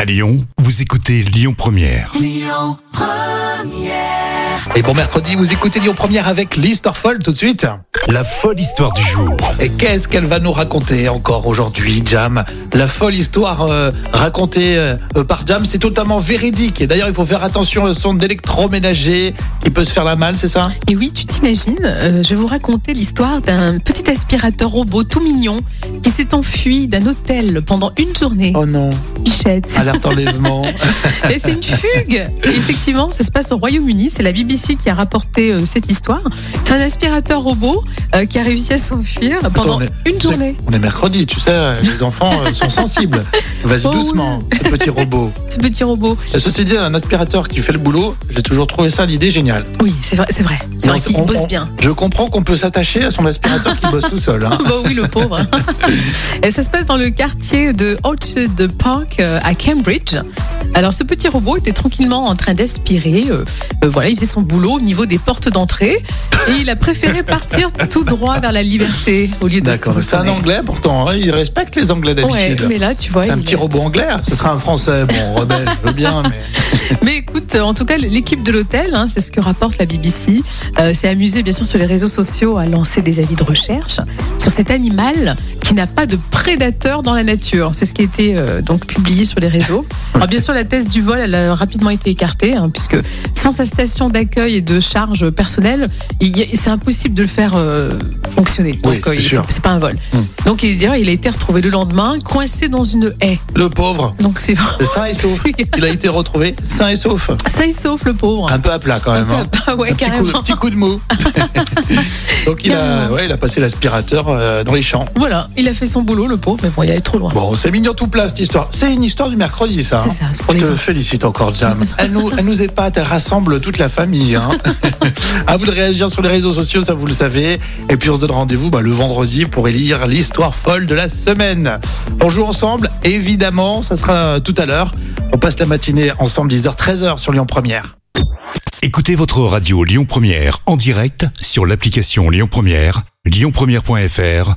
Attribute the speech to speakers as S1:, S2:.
S1: À Lyon, vous écoutez Lyon Première.
S2: Et bon mercredi, vous écoutez Lyon Première avec l'histoire folle tout de suite.
S1: La folle histoire du jour.
S2: Et qu'est-ce qu'elle va nous raconter encore aujourd'hui, Jam La folle histoire euh, racontée euh, par Jam, c'est totalement véridique. Et d'ailleurs, il faut faire attention au son d'électroménager qui peut se faire la malle, c'est ça
S3: Et oui, tu t'imagines, euh, je vais vous raconter l'histoire d'un petit aspirateur robot tout mignon qui s'est enfui d'un hôtel pendant une journée.
S2: Oh non,
S3: Pichette.
S2: alerte enlèvement.
S3: Et c'est une fugue Et Effectivement, ça se passe au Royaume-Uni, c'est la BBC qui a rapporté euh, cette histoire. C'est un aspirateur robot euh, qui a réussi à s'enfuir Ah, pendant
S2: Attendez,
S3: une
S2: tu sais-
S3: journée.
S2: On est mercredi, tu sais, les enfants euh, sont sensibles. Vas-y
S3: Oh oui.
S2: doucement, le petit robot.
S3: Ce petit robot.
S2: Ceci dit, un aspirateur qui fait le boulot, j'ai toujours trouvé ça l'idée géniale.
S3: Oui, c'est vrai, c'est vrai. C'est
S2: Non,
S3: vrai qu'il
S2: on-
S3: bosse
S2: on-
S3: bien.
S2: Je comprends qu'on peut s'attacher à son aspirateur qui bosse tout seul. hein.
S3: bah oui, le pauvre. Et ça se passe dans le quartier de Orchard Park euh, à Cambridge. Alors, ce petit robot était tranquillement en train d'aspirer. euh, euh, voilà, il faisait son boulot au niveau des portes d'entrée. Et il a préféré partir tout droit vers la liberté au lieu de se
S2: D'accord, c'est un
S3: retourner.
S2: anglais pourtant, hein, il respecte les anglais
S3: Ouais,
S2: d'habitude.
S3: mais là, tu vois.
S2: c'est un
S3: il
S2: petit
S3: est-
S2: robot anglais, ce sera un français, bon, rebelle, je veux bien, mais.
S3: Mais écoute, euh, en tout cas, l'équipe de l'hôtel, hein, c'est ce que rapporte la BBC, euh, s'est amusée bien sûr sur les réseaux sociaux à lancer des avis de recherche sur cet animal qui n'a pas de prédateur dans la nature. C'est ce qui a été euh, donc publié sur les réseaux. Alors bien sûr, la thèse du vol, elle a rapidement été écartée, hein, puisque sans sa station d'accueil et de charge personnelle, il y a- c'est impossible de le faire euh, fonctionner.
S2: Oui,
S3: Donc, euh,
S2: c'est
S3: il-
S2: sûr.
S3: c'est pas un vol.
S2: Hmm.
S3: Donc, il, d'ailleurs, il a été retrouvé le lendemain, coincé dans une haie.
S2: Le pauvre,
S3: Donc, c'est vrai.
S2: sain et sauf. Il a été retrouvé sain et sauf.
S3: Ça, il sauve le pauvre.
S2: Un peu à plat quand
S3: Un
S2: même.
S3: peu
S2: hein.
S3: à part, Ah ouais,
S2: Un petit coup,
S3: carrément.
S2: petit coup de mou. Donc il a,
S3: Carrément.
S2: ouais, il a passé l'aspirateur euh, dans les champs.
S3: Voilà, il a fait son boulot, le pauvre, mais bon, il allait trop loin.
S2: Bon, c'est mignon tout plat cette histoire. C'est une histoire du mercredi, ça.
S3: C'est
S2: hein.
S3: ça, c'est pour
S2: Je
S3: les
S2: te
S3: enfants.
S2: félicite encore, Jam. Elle nous, elle nous épate, elle rassemble toute la famille. hein. à vous de réagir sur les réseaux sociaux, ça vous le savez. Et puis on se donne rendez-vous bah, le vendredi pour élire l'histoire folle de la semaine. On joue ensemble, évidemment, ça sera tout à l'heure. On passe la matinée ensemble, 10h, 13h sur Lyon Première.
S1: Écoutez votre radio Lyon Première en direct sur l'application Lyon Première, lyonpremière.fr